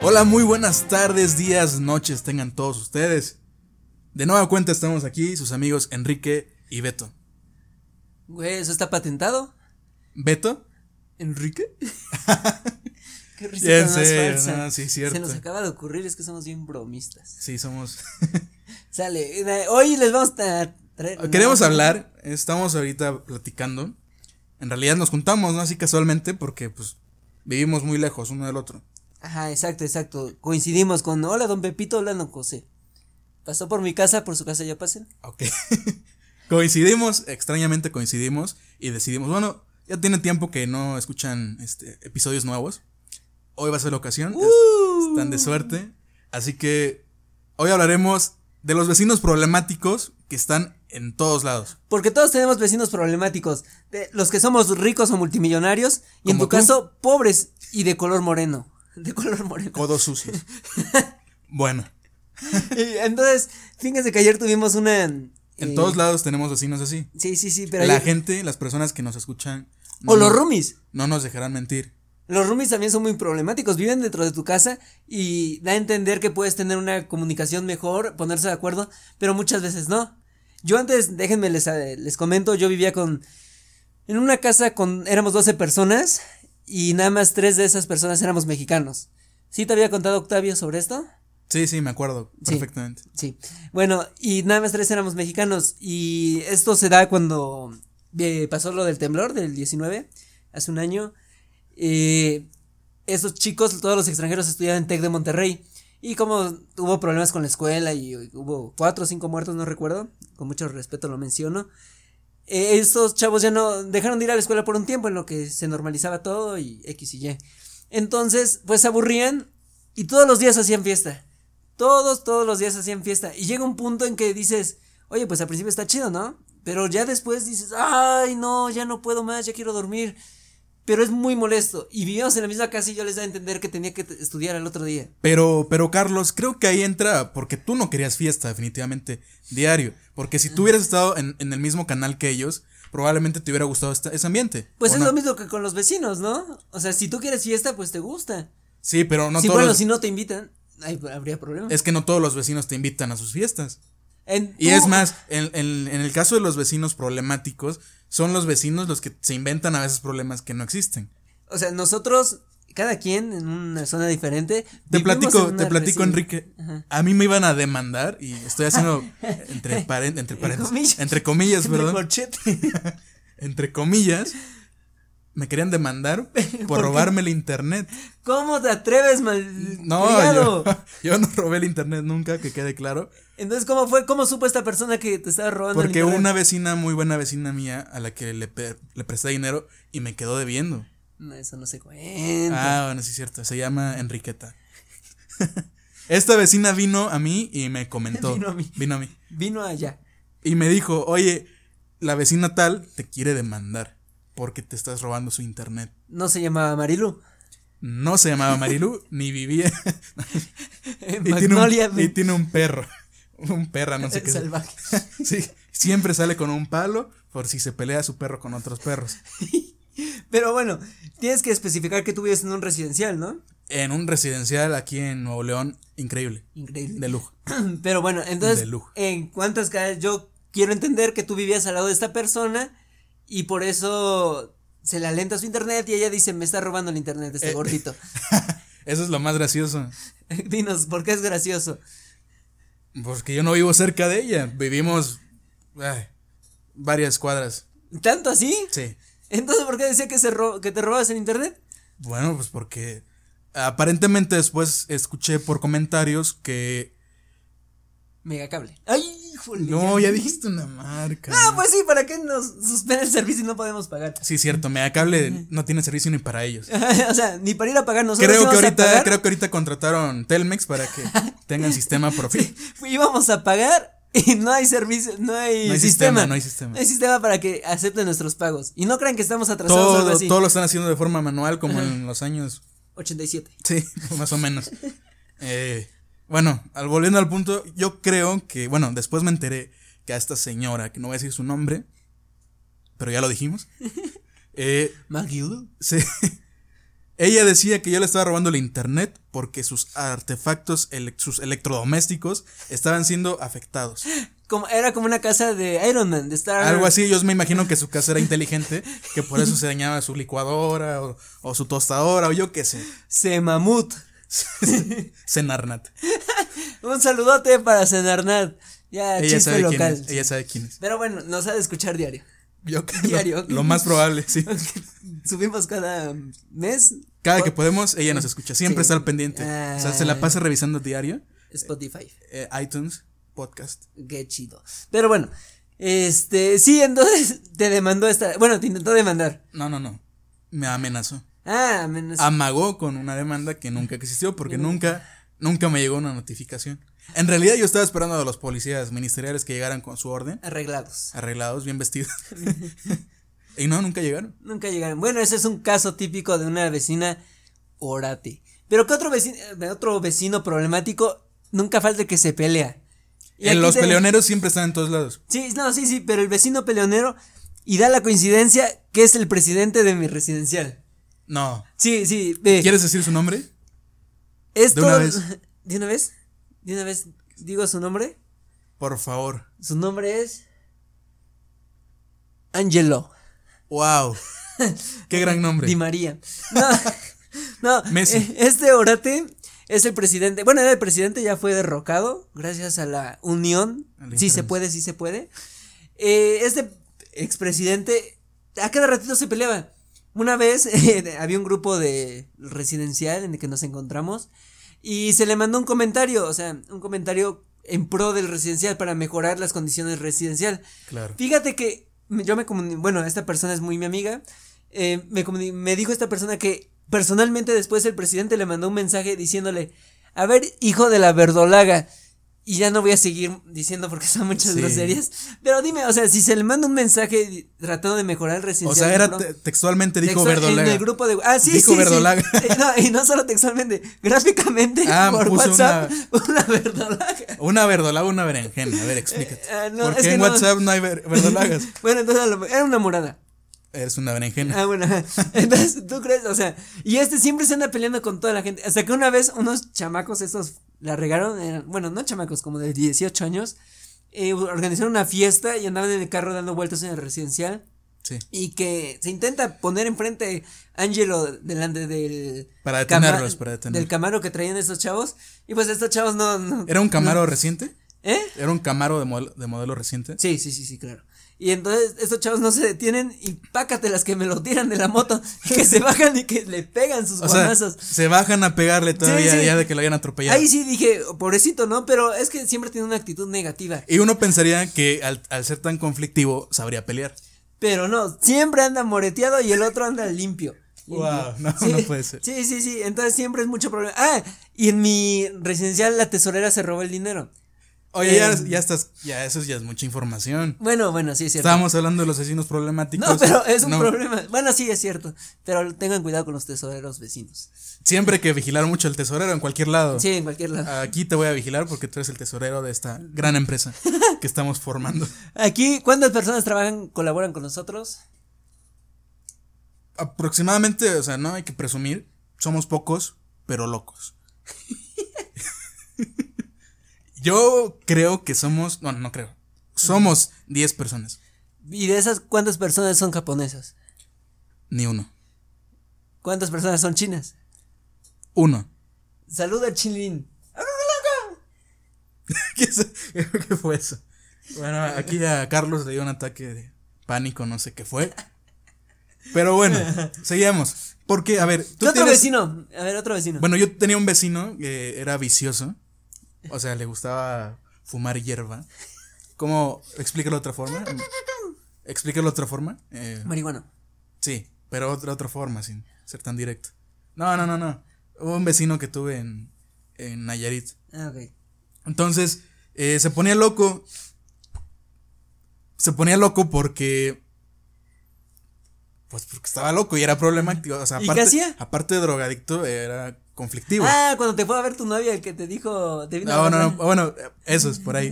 Hola, muy buenas tardes, días, noches tengan todos ustedes. De nueva cuenta estamos aquí, sus amigos Enrique y Beto. Güey, ¿eso está patentado? ¿Beto? ¿Enrique? Qué risa Ya tan más sé, falsa. no, sí, cierto. Se nos acaba de ocurrir, es que somos bien bromistas. Sí, somos. Sale, eh, hoy les vamos a traer. Ah, Queremos no. hablar, estamos ahorita platicando. En realidad nos juntamos, ¿no? Así casualmente, porque pues vivimos muy lejos uno del otro. Ajá, exacto, exacto. Coincidimos con. Hola, don Pepito, hola, don José. Pasó por mi casa, por su casa ya pasé. Ok. coincidimos, extrañamente coincidimos y decidimos, bueno, ya tiene tiempo que no escuchan este, episodios nuevos. Hoy va a ser la ocasión. es- Están Mm. de suerte. Así que hoy hablaremos de los vecinos problemáticos que están en todos lados. Porque todos tenemos vecinos problemáticos. de los que somos ricos o multimillonarios. Y en Como tu tú. caso, pobres y de color moreno. De color moreno. Codos sucios. bueno, Y Entonces, fíjense que ayer tuvimos una. en eh, todos lados tenemos vecinos así. Sí, sí, sí, pero. La ayer- gente, las personas que nos escuchan. no O los nos- roomies. No nos dejarán mentir. Los roomies también son muy problemáticos. Viven dentro de tu casa y da a entender que puedes tener una comunicación mejor, ponerse de acuerdo, pero muchas veces no. Yo antes, déjenme les, eh, les comento, yo vivía con. En una casa con. Éramos 12 personas y nada más tres de esas personas éramos mexicanos. ¿Sí te había contado Octavio sobre esto? Sí, sí, me acuerdo Sí. perfectamente. Sí. Bueno, y nada más tres éramos mexicanos. Y esto se da cuando eh, pasó lo del temblor del 19, hace un año. Eh, esos chicos, todos los extranjeros estudiaban en TEC de Monterrey. Y como hubo problemas con la escuela y hubo cuatro o cinco muertos, no recuerdo, con mucho respeto lo menciono. eh, estos chavos ya no dejaron de ir a la escuela por un tiempo en lo que se normalizaba todo y X y Y. Entonces, pues se aburrían y todos los días hacían fiesta. Todos, todos los días hacían fiesta. Y llega un punto en que dices, oye, pues al principio está chido, ¿no? Pero ya después dices, ay, no, ya no puedo más, ya quiero dormir. Pero es muy molesto. Y vivíamos en la misma casa y yo les da a entender que tenía que t- estudiar al otro día. Pero, pero Carlos, creo que ahí entra porque tú no querías fiesta, definitivamente, diario. Porque si tú hubieras estado en, en el mismo canal que ellos, probablemente te hubiera gustado esta- ese ambiente. Pues ¿o es no? lo mismo que con los vecinos, ¿no? O sea, si tú quieres fiesta, pues te gusta. Sí, pero no si todos bueno, los- si no te invitan, ahí habría problema. es que no todos los vecinos te invitan a sus fiestas. En- Y tú- es más, en, en- en el caso de los vecinos problemáticos, son los vecinos los que se inventan a veces problemas que no existen. O sea, nosotros, cada quien en una zona diferente. Te vivimos en platico, una te platico, resi- Enrique. A mí me iban a demandar y estoy haciendo entre, paren- entre paréntesis- comillas. entre comillas, Entre perdón. corchete. entre comillas, me querían demandar por, robarme el internet. ¿Cómo te atreves, mal? No, criado? yo, yo no robé el internet nunca, que quede claro. Entonces, ¿cómo fue? ¿Cómo supo esta persona que te estaba robando? el Porque internet? una vecina, muy buena vecina mía, a la que le, pe- le presté dinero y me quedó debiendo. No, eso no se cuenta. Ah, bueno, sí es cierto, se llama Enriqueta. Esta vecina vino a mí y me comentó. Vino a mí. Vino a mí. Vino allá. Y me dijo, oye, la vecina tal te quiere demandar porque te estás robando su internet. No se llamaba Marilu. No se llamaba Marilu, ni vivía Y tiene, un, Magnolia y tiene un perro. Un perra, no sé qué. es. salvaje. Sí, siempre sale con un palo por si se pelea su perro con otros perros. Pero bueno, tienes que especificar que tú vives en un residencial, ¿no? En un residencial aquí en Nuevo León, increíble. Increíble. De lujo. Pero bueno, De entonces, lujo. ¿en cuántas casas? Yo quiero entender que tú vivías al lado de esta persona y por eso se le alenta su internet y ella dice, me está robando el internet este Eh. gordito. Eso es lo más gracioso. Dinos, ¿por qué es gracioso? Porque yo no vivo cerca de ella. Vivimos ay, varias cuadras. ¿Tanto así? Sí. Entonces, ¿por qué decía que, se ro- que te robas el internet? Bueno, pues porque aparentemente después escuché por comentarios que... Megacable. Ah. ¡Ay, híjole! No, ya dijiste una marca. Ah, pues sí, ¿para qué nos suspende el servicio y no podemos pagar? Sí, cierto, Megacable no tiene servicio ni para ellos. o sea, ni para ir a pagar nosotros Creo que, íbamos a ahorita, pagar, creo que ahorita contrataron Telmex para que tengan sistema profi. íbamos a pagar y no hay servicio, no hay, No hay sistema, no hay sistema. No hay sistema para que acepten nuestros pagos. Y no crean que estamos atrasados o algo Todo, así. todo lo están haciendo de forma manual como en los años. 87. Sí, más o menos. Eh, bueno, al volviendo al punto, yo creo que, bueno, después me enteré que a esta señora, que no voy a decir su nombre, pero ya lo dijimos, eh, Maggie Lou. se, Ella decía que yo le estaba robando el internet porque sus artefactos, ele- sus electrodomésticos estaban siendo afectados. Como, era como una casa de Iron Man, de Star. Algo así, yo me imagino que su casa era inteligente, que por eso se dañaba su licuadora o, o su tostadora o yo qué sé. Se mamut. Senarnat. Un saludote para Senarnat. Ella Ya, Ah, chiste sabe local. quién es. Ella sabe quién es. Pero bueno, nos ha de escuchar diario. Yo creo- Diario. Lo más probable, sí. Subimos cada mes Cada que podemos, ella nos escucha. Siempre Sí. Ah. está al pendiente. O sea, se la pasa revisando diario. Spotify. eh, iTunes, podcast. Qué chido. Pero bueno, este, sí, entonces te demandó esta. Bueno, te intentó demandar. No, no, no. Me amenazó. Ah, menos. Amagó con una demanda que nunca existió porque nunca, nunca me llegó una notificación. En realidad yo estaba esperando a los policías ministeriales que llegaran con su orden, Arreglados. arreglados, bien vestidos. y no, nunca llegaron. Nunca llegaron. Bueno, ese es un caso típico de una vecina orate. Pero que otro vecino, eh, otro vecino problemático nunca falta el que se pelea. Y Eh, aquí los te- peleoneros siempre están en todos lados. Sí, no, sí, sí, pero el vecino peleonero y da la coincidencia que es el presidente de mi residencial. No. Sí, sí, ve. ¿Quieres decir su nombre? Esto, de una vez? ¿De una vez? ¿De una vez digo su nombre? Por favor. Su nombre es Angelo Wow. Qué gran nombre. Di María. No, no, Messi. eh, este orate es el presidente. Bueno, era el presidente, ya fue derrocado gracias a la unión. A la Sí se influencia. puede, sí se puede. Eh, este expresidente a cada ratito se peleaba. Una vez eh, había un grupo de residencial en el que nos encontramos y se le mandó un comentario, o sea, un comentario en pro del residencial para mejorar las condiciones residencial. Claro. Fíjate que me- yo me comuniqué, bueno, esta persona es muy mi amiga, eh, me, comuni- me dijo esta persona que personalmente después el presidente le mandó un mensaje diciéndole, a ver, hijo de la verdolaga, y ya no voy a seguir diciendo porque son muchas Sí. groserías, pero dime, o sea, si se le manda un mensaje di- tratando de mejorar el O residencial. sea, era ¿no? te- textualmente dijo Textual- En verdolaga. el grupo de. Ah, sí, Dijo sí, sí. verdolaga. Eh, no, y no solo textualmente, gráficamente Ah, por puso WhatsApp, una, verdolaga. Una verdolaga, una berenjena. A ver, explícate. Ah, no, ¿Por qué es que en no- WhatsApp no hay ver- verdolagas? Bueno, entonces a lo- era una morada. Eres una berenjena. Ah, bueno. ajá. Entonces, ¿tú crees? O sea, y este siempre se anda peleando con toda la gente. Hasta que una vez unos chamacos estos la regaron. eran- bueno, no chamacos, como de 18 años. eh, organizaron una fiesta y andaban en el carro dando vueltas en el residencial. Sí. Y que se intenta poner enfrente Angelo delante del. Para cama- detenerlos, para detenerlos. Del camaro que traían estos chavos. Y pues estos chavos no. no- ¿Era un Camaro reciente? ¿Eh? ¿Era un Camaro de modelo, de modelo reciente? Sí, sí, sí, sí, claro. Y entonces estos chavos no se detienen y pácate las que me lo tiran de la moto y que se bajan y que le pegan sus O sea, guanazos. se bajan a pegarle todavía sí. ya de que lo hayan atropellado. Ahí sí dije, pobrecito, ¿no? Pero es que siempre tiene una actitud negativa. Y uno pensaría que al, al ser tan conflictivo sabría pelear. Pero no, siempre anda moreteado y el otro anda limpio. Wow, no, Sí, no puede ser. Sí, sí, sí, entonces siempre es mucho problema. Ah, y en mi residencial la tesorera se robó el dinero. Oye, ya, Eh. ya estás, ya eso ya es mucha información. Bueno, bueno, sí es cierto. Estábamos hablando de los vecinos problemáticos. no, pero es un No, problema. Bueno, sí es cierto, pero tengan cuidado con los tesoreros vecinos. Siempre hay que vigilar mucho el tesorero en cualquier lado. Sí, en cualquier lado. Aquí te voy a vigilar porque tú eres el tesorero de esta gran empresa que estamos formando. Aquí, ¿cuántas personas trabajan, colaboran con nosotros? Aproximadamente, o sea, no hay que presumir, somos pocos, pero locos. Yo creo que somos, no, no creo. Somos 10 personas, Y de esas, ¿cuántas personas son japonesas? ni uno. ¿Cuántas personas son chinas? Uno. Saluda a Chilin. ¿Qué, es- qué fue eso? Bueno, aquí a Carlos le dio un ataque de pánico, no sé qué fue. Pero bueno, seguimos. Porque, a ver, ¿Qué otro tienes- vecino? A ver, otro vecino. Bueno, yo tenía un vecino que era vicioso. O sea, le gustaba fumar hierba. ¿Cómo? Explícalo de otra forma. Explícalo de otra forma. Eh, Marihuana. sí, pero de otra forma, sin ser tan directo. No, no, no, no. Hubo un vecino que tuve en, en Nayarit. Ah, ok. Entonces, eh, se ponía loco. Se ponía loco porque. Pues porque estaba loco y era problemático. O sea, ¿Y qué aparte, hacía? aparte de drogadicto, era conflictivo. Ah, cuando te fue a ver tu novia, el que te dijo. Te vino a No, ver, no, no, bueno, eso es por ahí.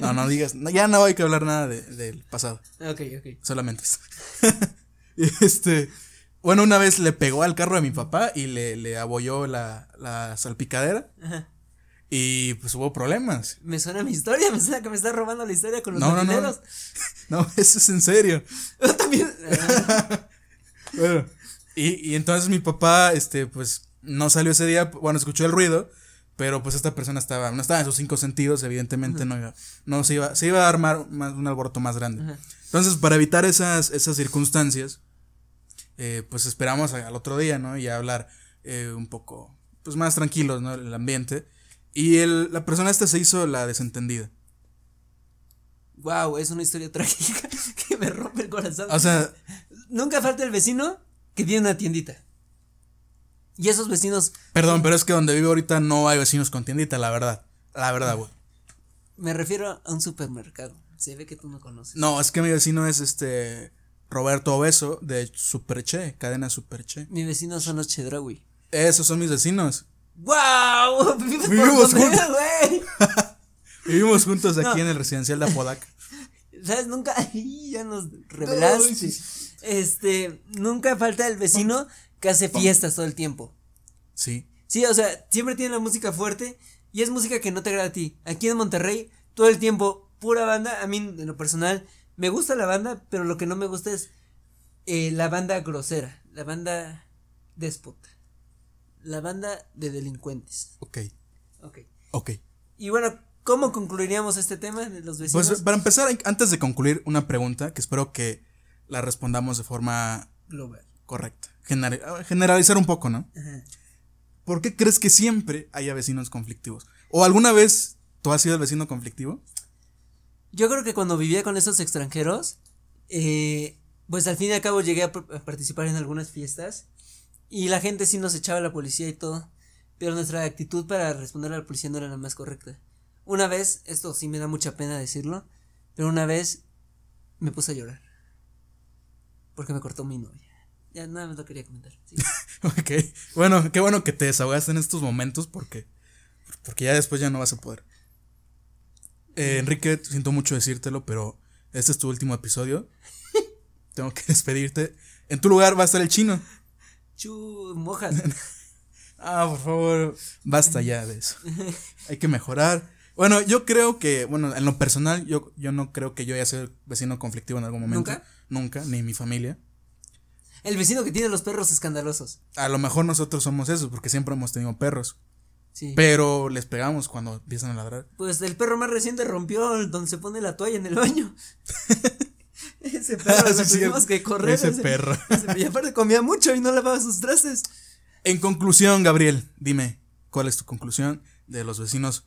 No, no digas, no, ya no hay que hablar nada de- del pasado, Ok, ok. solamente eso. este, Bueno, una vez le pegó al carro de mi papá y le, le abolló la, la salpicadera. Ajá. Y pues hubo problemas. Me suena mi historia, me suena que me estás robando la historia con los No, no, no. marineros. No, eso es en serio. Yo también. Ah, Bueno, y, y entonces mi papá, este, pues no salió ese día, bueno, escuchó el ruido, pero pues esta persona estaba, no estaba en sus cinco sentidos, evidentemente no iba, no se iba, se iba a armar más, un alboroto más grande. Ajá. Entonces, para evitar esas, esas circunstancias, eh, pues esperamos a- al otro día, ¿no? Y a hablar eh, un poco, pues más tranquilos, ¿no? El ambiente. Y el- la persona esta se hizo la desentendida. wow, es una historia trágica que me rompe el corazón. O sea, Nunca falta el vecino que tiene una tiendita. Y esos vecinos perdón, pero es que donde vivo ahorita no hay vecinos con tiendita, la verdad. La verdad, güey. Me refiero a un supermercado. Se ve que tú no conoces. No, es que mi vecino es este Roberto Obeso de Superche, cadena Superche. Mi vecino son los Chedraui. Esos son mis vecinos. ¡Wow! Vivimos Vivimos por comer, güey. Vivimos juntos aquí No. en el residencial de Apodaca. ¿Sabes? Nunca. Ay, ya nos revelaste. Ay, sí. Este. Nunca falta el vecino que hace fiestas todo el tiempo. Sí. Sí, o sea, siempre tiene la música fuerte y es música que no te agrada a ti. Aquí en Monterrey, todo el tiempo, pura banda. A mí, en lo personal, me gusta la banda, pero lo que no me gusta es eh, la banda grosera, la banda déspota, la banda de delincuentes. Ok, Ok. ok. Y bueno, ¿cómo concluiríamos este tema de los vecinos? Pues para empezar, antes de concluir, una pregunta que espero que la respondamos de forma Global. correcta. Gener- generalizar un poco, ¿no? Ajá. ¿Por qué crees que siempre haya vecinos conflictivos? ¿O alguna vez tú has sido el vecino conflictivo? Yo creo que cuando vivía con esos extranjeros, eh, pues al fin y al cabo llegué a, pr- a participar en algunas fiestas y la gente sí nos echaba a la policía y todo, pero nuestra actitud para responder a la policía no era la más correcta. Una vez, esto sí me da mucha pena decirlo, pero una vez me puse a llorar porque me cortó mi novia. Ya nada más lo quería comentar. sí. Ok. Bueno, qué bueno que te desahogaste en estos momentos porque, porque ya después ya no vas a poder. Eh, Enrique, siento mucho decírtelo, pero este es tu último episodio. Tengo que despedirte. En tu lugar va a estar el chino. Chu, mojas. Ah, por favor, basta ya de eso. Hay que mejorar. Bueno, yo creo que, bueno, en lo personal, yo, yo no creo que yo haya sido vecino conflictivo en algún momento. ¿Nunca? Nunca, ni mi familia. El vecino que tiene los perros escandalosos. A lo mejor nosotros somos esos, porque siempre hemos tenido perros. Sí. Pero les pegamos cuando empiezan a ladrar. Pues el perro más reciente rompió el- donde se pone la toalla en el baño. ese perro Ah, lo sí, sí, tuvimos el- que correr. ese perro. ese- y aparte comía mucho y no lavaba sus trastes. En conclusión, Gabriel, dime, ¿cuál es tu conclusión de los vecinos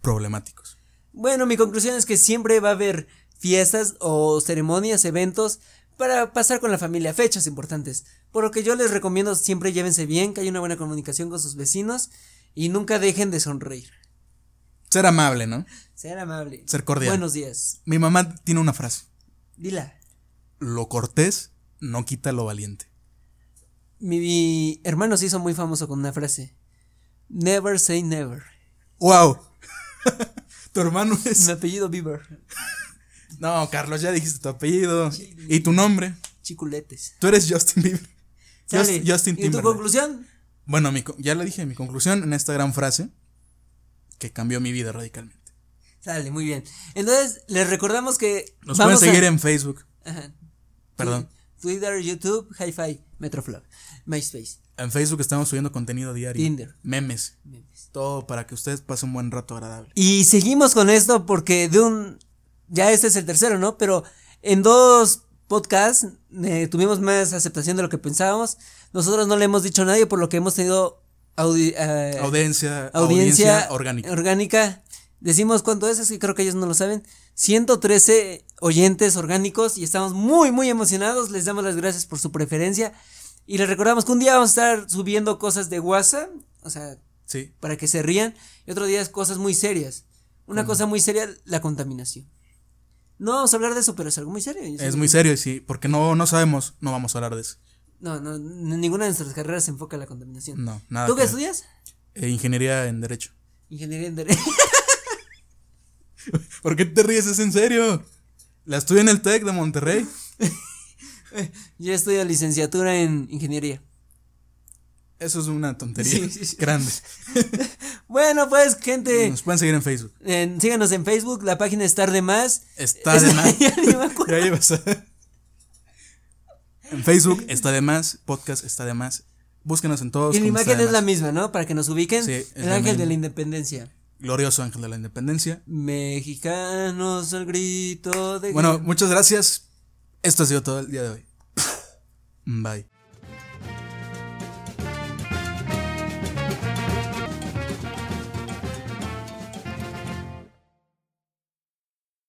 problemáticos? Bueno, mi conclusión es que siempre va a haber fiestas o ceremonias, eventos para pasar con la familia, fechas importantes. Por lo que yo les recomiendo siempre llévense bien, que haya una buena comunicación con sus vecinos y nunca dejen de sonreír. Ser amable, ¿no? Sean amable. Ser cordial. Buenos días. Mi mamá tiene una frase, Dila. lo cortés no quita lo valiente. Mi hermano se hizo muy famoso con una frase. Never say never. ¡Wow! tu hermano es... Mi apellido Bieber. No, Carlos, ya dijiste tu apellido y tu nombre. Chiculetes. Tú eres Justin Bieber. Just- Sale. Justin ¿Y tu Timberlake. conclusión? Bueno, mi co- ya le dije mi conclusión en esta gran frase que cambió mi vida radicalmente. Sale, muy bien. Entonces, les recordamos que. Nos pueden seguir en Facebook, en. perdón. Twitter, YouTube, Hi-Fi, Metroflog, MySpace, En Facebook estamos subiendo contenido diario. Tinder. Memes. memes. Todo para que ustedes pasen un buen rato agradable. Y seguimos con esto porque de un. Ya este es el tercero, ¿no? Pero en dos podcasts eh, tuvimos más aceptación de lo que pensábamos. Nosotros no le hemos dicho a nadie, por lo que hemos tenido. audi- eh, Audiencia, audiencia, audiencia orgánica. Decimos cuánto es, es que creo que ellos no lo saben. 113 oyentes orgánicos y estamos muy, muy emocionados. Les damos las gracias por su preferencia y les recordamos que un día vamos a estar subiendo cosas de WhatsApp, o sea, Sí. para que se rían, y otro día es cosas muy serias. Una cosa muy seria, la contaminación. No vamos a hablar de eso, pero es algo muy serio. Es muy serio, sí, porque no, no sabemos, no vamos a hablar de eso. No, no, n- ninguna de nuestras carreras se enfoca a la contaminación. No, nada. ¿Tú qué que ver. estudias? Eh, ingeniería en Derecho. Ingeniería en Derecho. ¿Por qué te ríes? Es en serio. La estudié en el TEC de Monterrey. Yo estudio licenciatura en ingeniería. Eso es una tontería Sí, sí, sí. grande. Bueno, pues, gente, Nos pueden seguir en Facebook. en- síganos en Facebook, la página es tarde más. Está de más. ya ni me acuerdo. Ya ibas a- En Facebook está de más, podcast está de más. Búsquenos en todos. Y la como está imagen de es la más. misma, ¿no? Para que nos ubiquen. Sí, es el la ángel de misma. la independencia. Glorioso Ángel de la Independencia. Mexicanos al grito de Bueno, guerra. muchas gracias. Esto ha sido todo el día de hoy. Bye.